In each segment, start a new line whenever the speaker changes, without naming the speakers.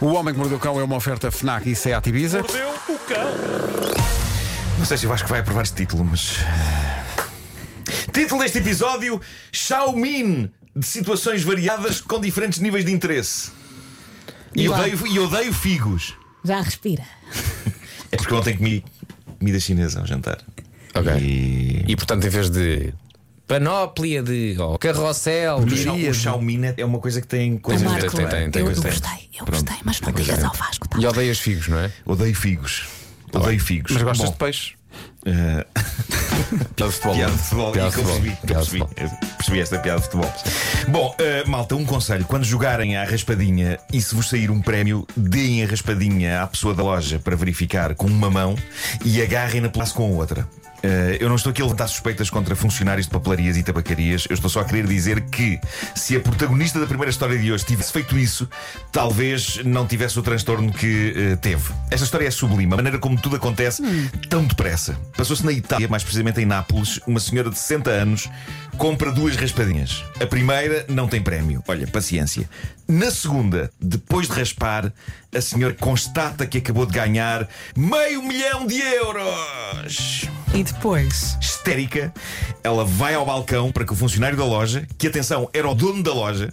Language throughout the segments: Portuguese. O Homem que Mordeu o Cão é uma oferta FNAC e Seat Ibiza.
Mordeu o cão.
Não sei se eu acho que vai aprovar este título, mas. eh, Título deste episódio: Xiaomin de situações variadas com diferentes níveis de interesse. E
Uau.
odeio, e odeio figos.
Já respira.
É porque ontem comi comida chinesa ao jantar.
Ok.
E.
E portanto, em vez de panóplia de ou carrossel,
O,
de-
Xia- o Xiaomin é- é uma coisa que tem
Ó,
coisas.
Marco,
dessas.
tem- tem- tem
eu
coisa.
gostei, eu gostei, mas não digas ao Vasco. Tá?
e odeias figos, não é?
Odeio figos.
Tá
Odeio figos.
Mas gostas
Bom,
de peixe?
eh,
Piada de futebol.
Piada de futebol.
Piada
e
de
que eu
futebol.
percebi, que eu
Piada de
percebi, eu percebi esta piada de futebol. Bom, eh, malta, um conselho: quando jogarem à raspadinha e se vos sair um prémio, deem a raspadinha à pessoa da loja para verificar com uma mão e agarrem-na pela com a outra. Eh, eu não estou aqui a levantar suspeitas contra funcionários de papelarias e tabacarias. Eu estou só a querer dizer que, se a protagonista da primeira história de hoje tivesse feito isso, talvez não tivesse o transtorno que eh, teve. Esta história é sublime, a maneira como tudo acontece
Hum.
tão depressa. Passou-se na Itália, mais precisamente em Nápoles, uma senhora de 60 anos compra duas raspadinhas. A primeira não tem prémio. Olha, paciência. Na segunda, depois de raspar, a senhora constata que acabou de ganhar meio milhão de euros
E depois?
histérica, ela vai ao balcão para que o funcionário da loja, que atenção, era o dono da loja,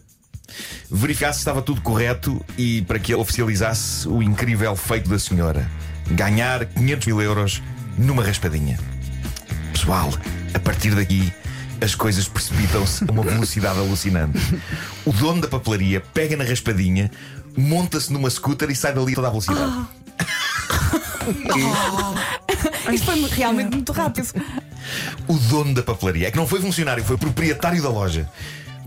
verificasse se estava tudo correto e para que ele oficializasse o incrível feito da senhora: ganhar 500 mil euros numa raspadinha. Pessoal, a partir daqui as coisas precipitam-se a uma velocidade alucinante. O dono da papelaria pega na raspadinha, monta-se numa scooter e sai dali a toda a velocidade.
Isto foi realmente muito rápido.
o dono da papelaria. É que não foi funcionário, foi proprietário da loja.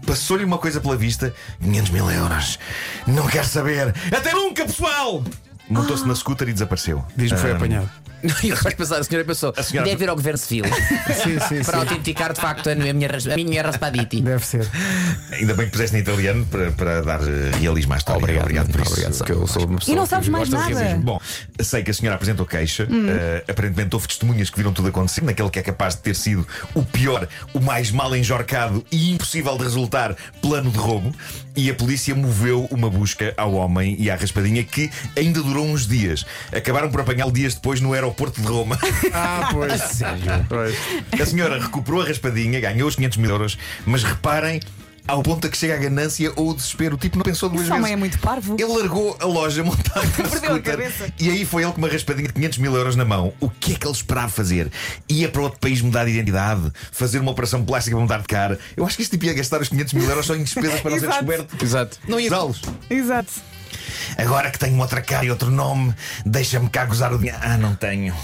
Passou-lhe uma coisa pela vista: 500 mil euros. Não quero saber. Até nunca, pessoal! Montou-se na scooter e desapareceu.
Ah. Diz-me que foi
Ah,
apanhado.
E o que vais pensar? A senhora pensou:
senhora-
deve ir ao governo civil
Sim, sim,
para autenticar de facto a minha, ras- a minha raspaditi.
Deve ser.
Ainda bem que puseste em italiano para, para dar eh, realismo à história. por isso.
obrigado, que eu sou uma pessoa
E não
que
sabes mais
gosta de
nada.
Bom, sei que a senhora apresentou queixa. Eh, aparentemente houve testemunhas que viram tudo acontecer, naquele que é capaz de ter sido o pior, o mais mal enjorcado e impossível de resultar plano de roubo. E a polícia moveu uma busca ao homem e à raspadinha que ainda durou uns dias. Acabaram por apanhá-lo dias depois no aeroporto de Roma.
Ah, pois. Sério. Pois.
A senhora recuperou a raspadinha, ganhou os 500 mil euros, mas reparem. Ao ponto a que chega a ganância ou o desespero, o tipo não pensou duas
Esse
vezes.
homem é muito parvo.
Ele largou a loja montada na
Perdeu a
scooter,
cabeça.
E aí foi ele com uma raspadinha de 500 mil euros na mão. O que é que ele esperava fazer? Ia para outro país mudar de identidade? Fazer uma operação plástica para mudar de cara? Eu acho que este tipo ia gastar os 500 mil euros só em despesas para não ser
Exato.
descoberto.
Exato.
Não ia usá-los.
Exato.
Agora que tenho outra cara e outro nome, deixa-me cá gozar o dinheiro. Ah, não tenho.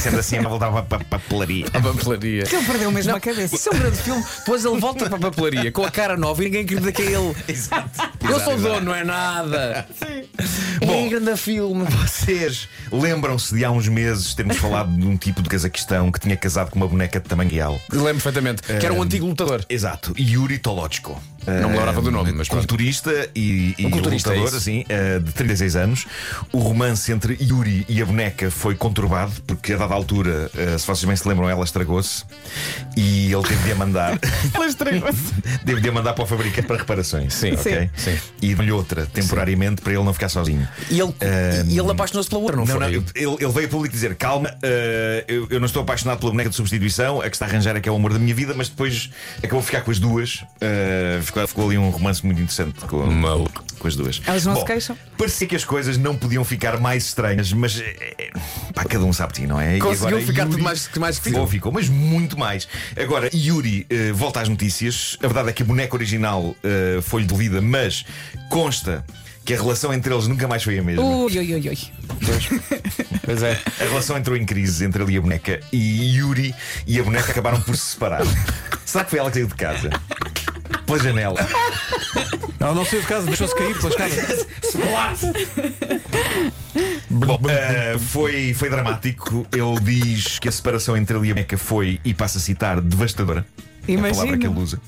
Sendo assim, eu não voltava para a papelaria.
A papelaria.
Ele perdeu mesmo a cabeça.
Isso é um grande filme. Pois ele volta para a papelaria com a cara nova e ninguém acredita que é ele.
Exato.
Eu
Exato,
sou
exato.
dono, não é nada.
Bom,
É grande filme.
Vocês lembram-se de há uns meses termos falado de um tipo de Cazaquistão que tinha casado com uma boneca de tamanho real?
Lembro perfeitamente. Que era
Eh,
um antigo lutador.
Exato, Yuri Tolochko.
Não me lembrava do nome, mas pronto.
Culturista e, e
Um culturista, é
lutador,
isso.
assim, eh, de 36 anos. O romance entre Yuri e a boneca foi conturbado, porque a dada altura, eh, se vocês bem se lembram, ela estragou-se e ele teve de a mandar.
Ela estragou-se.
Teve de a mandar para o fabricante para reparações. Sim,
Sim.
ok?
Sim.
E deu-lhe outra, temporariamente, para ele não ficar sozinho.
E ele, e ele apaixonou-se pela outra, não,
Não,
foi?
não, eu- ele, ele veio a público dizer: calma, eh, eu, eu não estou apaixonado pela boneca de substituição, a que está a arranjar é que é o amor da minha vida, mas depois acabou de ficar com as duas. eh, ficou, ficou ali um romance muito interessante com, com as duas.
Elas não
Bom,
se queixam?
Parecia que as coisas não podiam ficar mais estranhas, mas eh, eh, pá, cada um sabe de ti, não é? E
Conseguiu
agora
ficar tudo mais- mais que
ficou, ficou, mas muito mais. Agora, Yuri eh, volta às notícias. A verdade é que a boneca original eh, foi-lhe devida, mas consta que a relação entre eles nunca mais foi a mesma.
Ui, ui, ui, ui.
Pois é.
A relação entrou em crise entre ele e a boneca e Yuri e a boneca acabaram por se separar. Será que foi ela que saiu de casa? Pela janela.
Ela não saiu de casa, deixou-se cair pelas casas.
Bom, eh, foi, foi dramático. Ele diz que a separação entre ele e a boneca foi, e passo a citar, devastadora. É a palavra
Imagino.
que ele usa.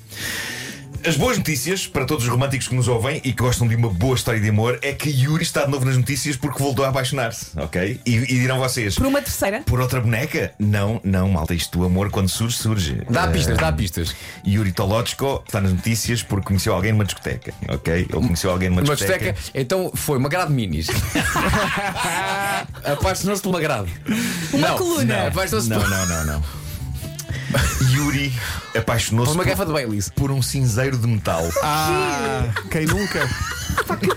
as boas notícias para todos os românticos que nos ouvem e que gostam de uma boa história de amor é que Yuri está de novo nas notícias porque voltou a apaixonar-se, ok? E, e dirão vocês.
Por uma terceira.
Por outra boneca? Não, não, malta, isto o amor quando surge, surge.
Dá
Eh,
pistas, dá pistas.
Yuri Tolotchko está nas notícias porque conheceu alguém numa discoteca, ok? Ou conheceu alguém numa
Uma
discoteca.
discoteca, então foi uma grade minis. Apaixonou-se por uma grade.
Uma
Não,
coluna.
não, Apaixonou-se
Não,
por
não, não, não. Yuri
por
apaixonou-se
uma
por-
garrafa de Baileys.
por um cinzeiro de metal.
Ah, quem nunca?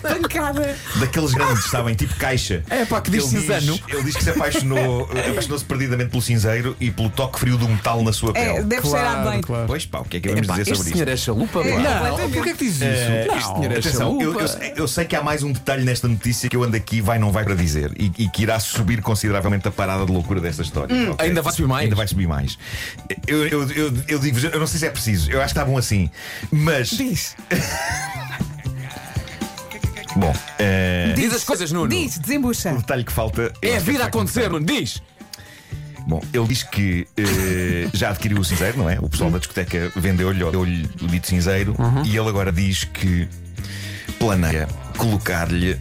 Pancada.
Daqueles grandes, sabem? Tipo caixa.
É pá, que
Ele
diz
diz,
cinzano.
ele diz que se apaixonou, apaixonou-se perdidamente pelo cinzeiro e pelo toque frio do metal na sua
É,
pele.
deve cheirar bem.
claro.
Pois pá, o que é que
É
vamos
pá,
dizer
este
sobre
senhor
isto?
é chalupa, pá.
completamente.
porquê que dizes isso?
Eh,
este senhor é
Atenção,
chalupa.
eu, eu sei- eu sei que há mais um detalhe nesta notícia que eu ando aqui, vai não vai para dizer, e, e que irá subir consideravelmente a parada de loucura desta história. Ok?
Hum, ainda vai subir mais?
Ainda vai subir mais. Eu, eu, eu, eu digo-vos, eu não sei se é preciso, eu acho que está bom assim, mas.
Diz.
é
Bom, eh,
Diz as coisas, Nuno.
Diz, desembucha.
o detalhe que falta. eu
É a
acho que
vida a
vai começar.
acontecer, Nuno. Diz.
Bom, ele diz que eh, já adquiriu o cinzeiro, não é? O pessoal da discoteca vendeu-lhe ou deu-lhe o dito cinzeiro
Uhum.
e ele agora diz que planeia colocar-lhe.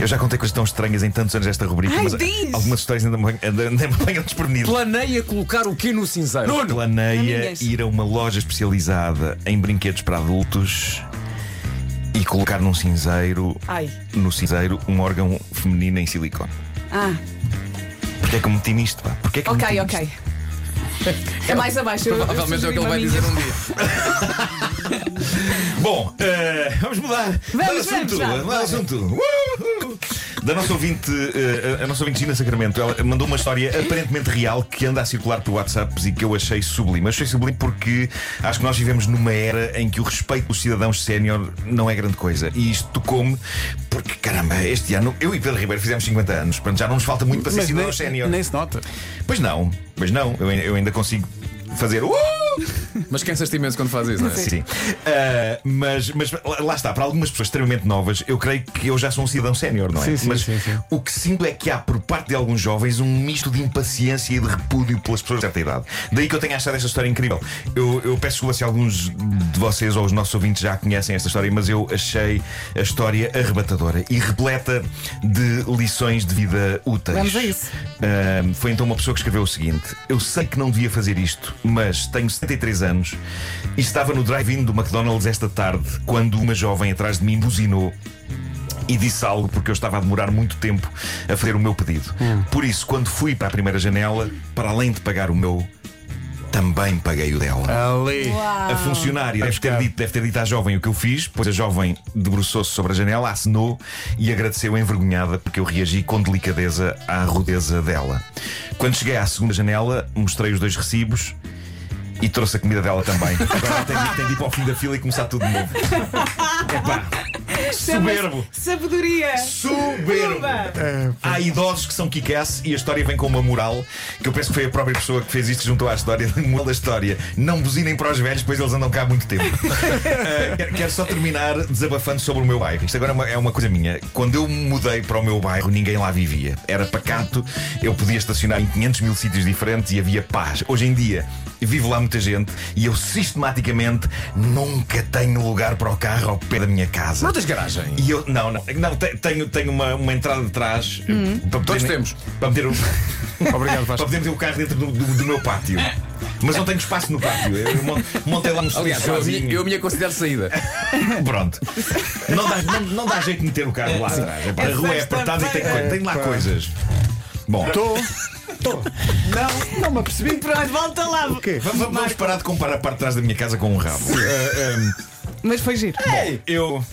Eu já contei coisas tão estranhas em tantos anos desta rubrica,
Ai,
mas
diz!
algumas histórias ainda me ainda- ainda me apanham desprevenido.
Planeia colocar o que no cinzeiro? Nuno!
Planeia
Maminhas.
ir a uma loja especializada em brinquedos para adultos e colocar num cinzeiro,
Ai.
no cinzeiro, um órgão feminino em silicone.
Ah,
Porquê é que eu meti nisto? Pá? Porquê é que eu meti
ok,
nisto?
ok. É mais abaixo. eu- eu
Provavelmente é o que ele vai
sugeri
dizer um
maminhas.
dia.
Bom, eh, vamos mudar. Mudar de
vamos,
assunto.
vá,
mudar de assunto. Uhul. Da nossa ouvinte, eh, a- a nossa ouvinte Gina Sacramento, ela mandou uma história aparentemente real que anda a circular por WhatsApps e que eu achei sublime. Eu Achei sublime porque acho que nós vivemos numa era em que o respeito pelos cidadãos sénior não é grande coisa. E isto tocou-me porque, caramba, este ano eu e Pedro Ribeiro fizemos 50 anos. Portanto, já não nos falta muito para ser
Mas
cidadãos
nem,
sénior.
nem se nota.
Pois não, pois não. Eu, ainda- eu ainda consigo fazer. "Uh!"
Mas cansas-te imenso quando fazes isso, não é?
Sim. Ah, mas, mas lá- lá está, para algumas pessoas extremamente novas, eu creio que eu já sou um cidadão sénior, não é?
Sim, sim,
mas
sim, sim.
o que sinto é que há por parte de alguns jovens um misto de impaciência e de repúdio pelas pessoas de certa idade. Daí que eu tenho achado esta história incrível. Eu, eu peço desculpa se alguns de vocês ou os nossos ouvintes já conhecem esta história, mas eu achei a história arrebatadora e repleta de lições de vida úteis.
Vamos a isso.
Ahm, foi então uma pessoa que escreveu o seguinte: Eu sei que não devia fazer isto, mas tenho 73 anos e estava no drive-in do McDonald's esta tarde quando uma jovem atrás de mim buzinou e disse algo porque eu estava a demorar muito tempo a fazer o meu pedido. Por isso, quando fui para a primeira janela, para além de pagar o meu, também paguei o dela.
Ali.
A funcionária deve ter,
buscar.
dito, deve ter dito à jovem o que eu fiz, pois a jovem debruçou-se sobre a janela, acenou e agradeceu envergonhada porque eu reagi com delicadeza à rudeza dela. Quando cheguei à segunda janela, mostrei os dois recibos e trouxe a comida dela também. Agora tem, de- tem de ir para o fim da fila e começar tudo de novo. Epá, soberbo!
É Sabedoria.
Soberbo! Há idosos que são kick-ass e a história vem com uma moral que eu penso que foi a própria pessoa que fez isto junto à história. Moral da história. Não buzinem para os velhos, pois eles andam cá há muito tempo. Eh, quero, quero só terminar desabafando sobre o meu bairro. Isto agora é uma, é uma coisa minha. Quando eu me mudei para o meu bairro, ninguém lá vivia. Era pacato, eu podia estacionar em 500 mil sítios diferentes e havia paz. Hoje em dia, vivo lá muita gente e eu sistematicamente nunca tenho lugar para o carro ao pé da minha casa.
Não tens garagem.
E eu, não, não, não te- tenho, tenho uma, uma entrada de trás eh, para
Todos
meter-
temos.
Para meter, o,
Obrigado,
para
Vasco.
meter o carro dentro do, do- do meu pátio. Mas não tenho espaço no pátio. Eu mon- montei lá um
Aliás, eu, a minha- eu a minha considero saída.
Pronto. Não dá, não, não dá jeito de meter o carro lá atrás. Epá, A rua é apertada e tem, co- tem lá coisas. Bom,
Estou. Estou. Não, não me apercebi.
Pronto, volta lá.
O quê?
vamos, vamos parar de comparar a parte de trás da minha casa com um rabo. ehm,
Mas foi giro.
Eu.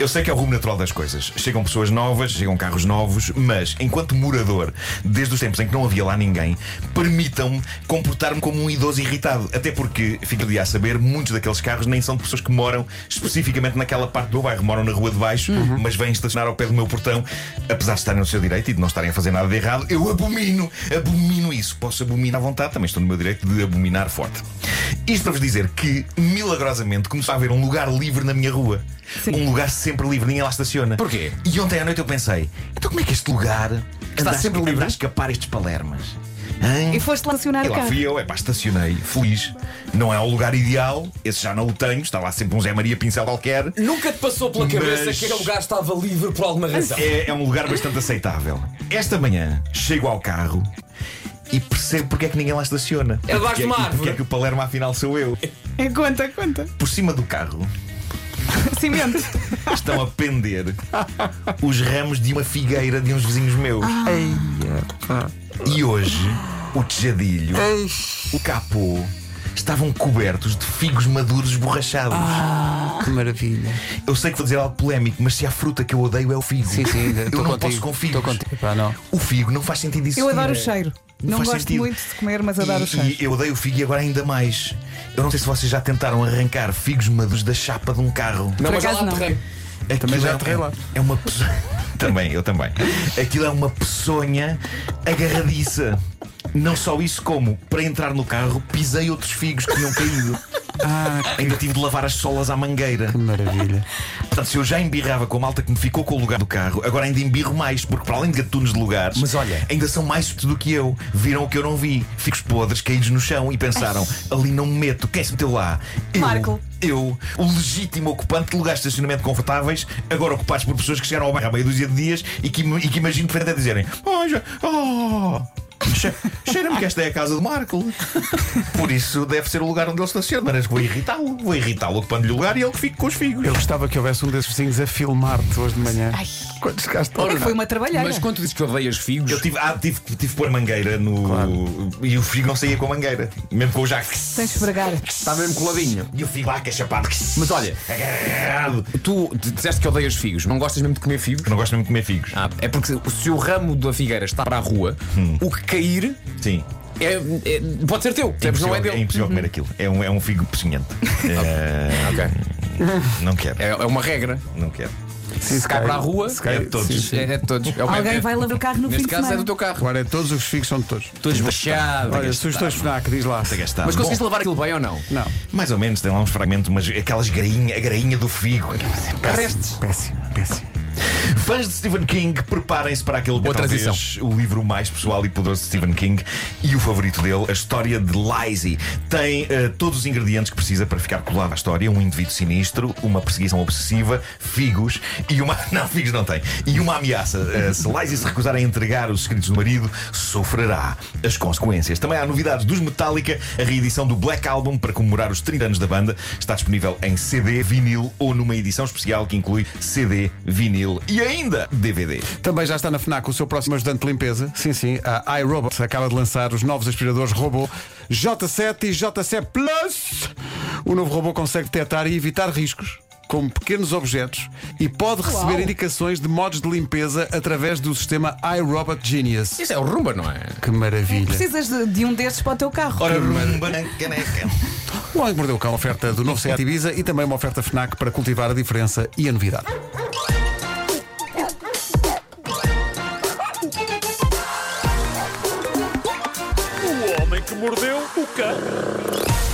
Eu sei que é o rumo natural das coisas. Chegam pessoas novas, chegam carros novos, mas enquanto morador, desde os tempos em que não havia lá ninguém, permitam-me comportar-me como um idoso irritado. Até porque, fica de a saber, muitos daqueles carros nem são de pessoas que moram especificamente naquela parte do bairro. Moram na rua de baixo, mas vêm estacionar ao pé do meu portão, apesar de estarem no seu direito e de não estarem a fazer nada de errado. Eu abomino, abomino isso. Posso abominar à vontade, também estou no meu direito de abominar forte. Isto para vos dizer que, milagrosamente, começou a haver um lugar livre na minha rua. Um lugar sempre livre, ninguém lá estaciona.
Porquê?
E ontem à noite eu pensei: então como é que este lugar anda
Está
a-
sempre livre?
anda a escapar estes palermas? Hã?
E foste lá acionar
E
o
lá
carro.
fui eu, é pá, estacionei, feliz. Não é o lugar ideal, esse já não o tenho, está lá sempre um Zé Maria Pincel qualquer.
Nunca te passou pela cabeça
Mas-
que aquele lugar estava livre por alguma razão.
É, é um lugar bastante aceitável. Esta manhã chego ao carro e percebo porque é que ninguém lá estaciona.
É debaixo de
porque,
uma
e porque
árvore.
é que o Palermo afinal sou eu.
É, conta, conta.
Por cima do carro
Cimento.
estão a pender os ramos de uma figueira de uns vizinhos meus.
Ah.
E hoje o tejadilho, o capô, estavam cobertos de figos maduros borrachados.
Ah, Que maravilha.
Eu sei que vou dizer algo polémico, mas se há fruta que eu odeio é o figo.
Sim, sim,
eu
estou
não
contigo.
posso com figos.
Estou contigo. Pá, não.
O figo não faz sentido isso.
Eu adoro o cheiro. Não
faz
gosto
sentido.
muito de comer, mas adoro
e,
o cheiro.
e eu odeio o figo e agora ainda mais. Eu não sei se vocês já tentaram arrancar figos maduros da chapa de um carro.
Não,
Por
mas já
acaso
lá
não.
aterrei.
Aquilo
já
é-
aterrei lá.
É uma peçonha. também, eu também. Aquilo é uma peçonha agarradiça. Não só isso, como para entrar no carro pisei outros figos que tinham caído. Ainda tive de lavar as solas à mangueira.
Que maravilha.
Portanto, se eu já embirrava com a malta que me ficou com o lugar do carro, agora ainda embirro mais, porque para além de gatunos de lugares,
Mas olha-
ainda são mais subtis do que eu. Viram o que eu não vi. Ficos podres caídos no chão e pensaram: ali não me meto, quem é se meteu lá? Eu,
Marco.
Eu, o legítimo ocupante de lugares de estacionamento confortáveis, agora ocupados por pessoas que chegaram ao bairro há meia dúzia de dias e que, im- e que imagino que até dizerem: Oh, já- oh. che- Cheira-me que esta é a casa do Marco. Por isso deve ser o lugar onde ele estaciona. Mas vou irritá-lo, vou irritá-lo ocupando-lhe o lugar e ele que fique com os figos.
Eu gostava que houvesse um desses vizinhos a filmar-te hoje de manhã.
Ai.
Quando chegaste
Olha, foi uma trabalheira.
Mas quando tu dizes que odeias figos.
Eu tive, ah, tive, tive que pôr mangueira no. E o figo não saía com a mangueira. Mesmo com o jaque.
Tens de esfregar.
Está mesmo coladinho.
E o figo lá é cachapado.
Mas olha,
Agarrado.
tu d- disseste que odeias figos. Não gostas mesmo de comer figos?
Não gosto mesmo de comer figos.
Ah, é porque se o ramo da figueira está para a rua,
Hum.
o que cair
Sim.
é, é- pode ser teu. percebes? não é
impossível-
dele.
impossível comer aquilo. É um, é um figo pecinhento. Eh,
Ok.
não quero.
É, é uma regra.
Não quero.
Se, cai para a rua,
É de todos.
é, é de todos. É o
Alguém
mesmo.
vai lavar o carro no fim
Neste
de
caso é do
semana.
teu carro.
Agora é todos os figos são de todos.
Estou esbaixado.
Olha, sugestões FNAC, diz lá.
Está gastado.
Mas conseguiste levar aquilo bem ou não?
Não.
Bom, mais ou menos, tem lá uns fragmentos, mas aquelas grainha, a grainha do figo.
Restes.
Péssimo, péssimo.
Fãs de Stephen King, preparem-se para aquele que é
Boa
talvez
transição.
o livro mais pessoal e poderoso de Stephen King e o favorito dele, a história de Lizzie. Tem eh, todos os ingredientes que precisa para ficar colado à história: um indivíduo sinistro, uma perseguição obsessiva, figos e uma. Não, figos não tem. E uma ameaça. Eh, se Lizzie se recusar a entregar os escritos do marido, sofrerá as consequências. Também há novidades dos Metallica, a reedição do Black Album para comemorar os 30 anos da banda está disponível em CD, vinil ou numa edição especial que inclui CD, vinil e ainda DVD.
Também já está na FNAC o seu próximo ajudante de limpeza. Sim, sim. A iRobot acaba de lançar os novos aspiradores robô J7 e J7 Plus. O novo robô consegue detectar e evitar riscos. Como pequenos objetos e pode receber indicações de modos de limpeza através do sistema iRobot Genius.
Isso é o rumba, não é?
Que maravilha!
Precisas de, de um destes para o teu carro.
Ora, rumba na caneca.
O Homem que Mordeu o Cão, oferta do novo Seat Ibiza e também uma oferta FNAC para cultivar a diferença e a novidade.
O homem que mordeu o cão.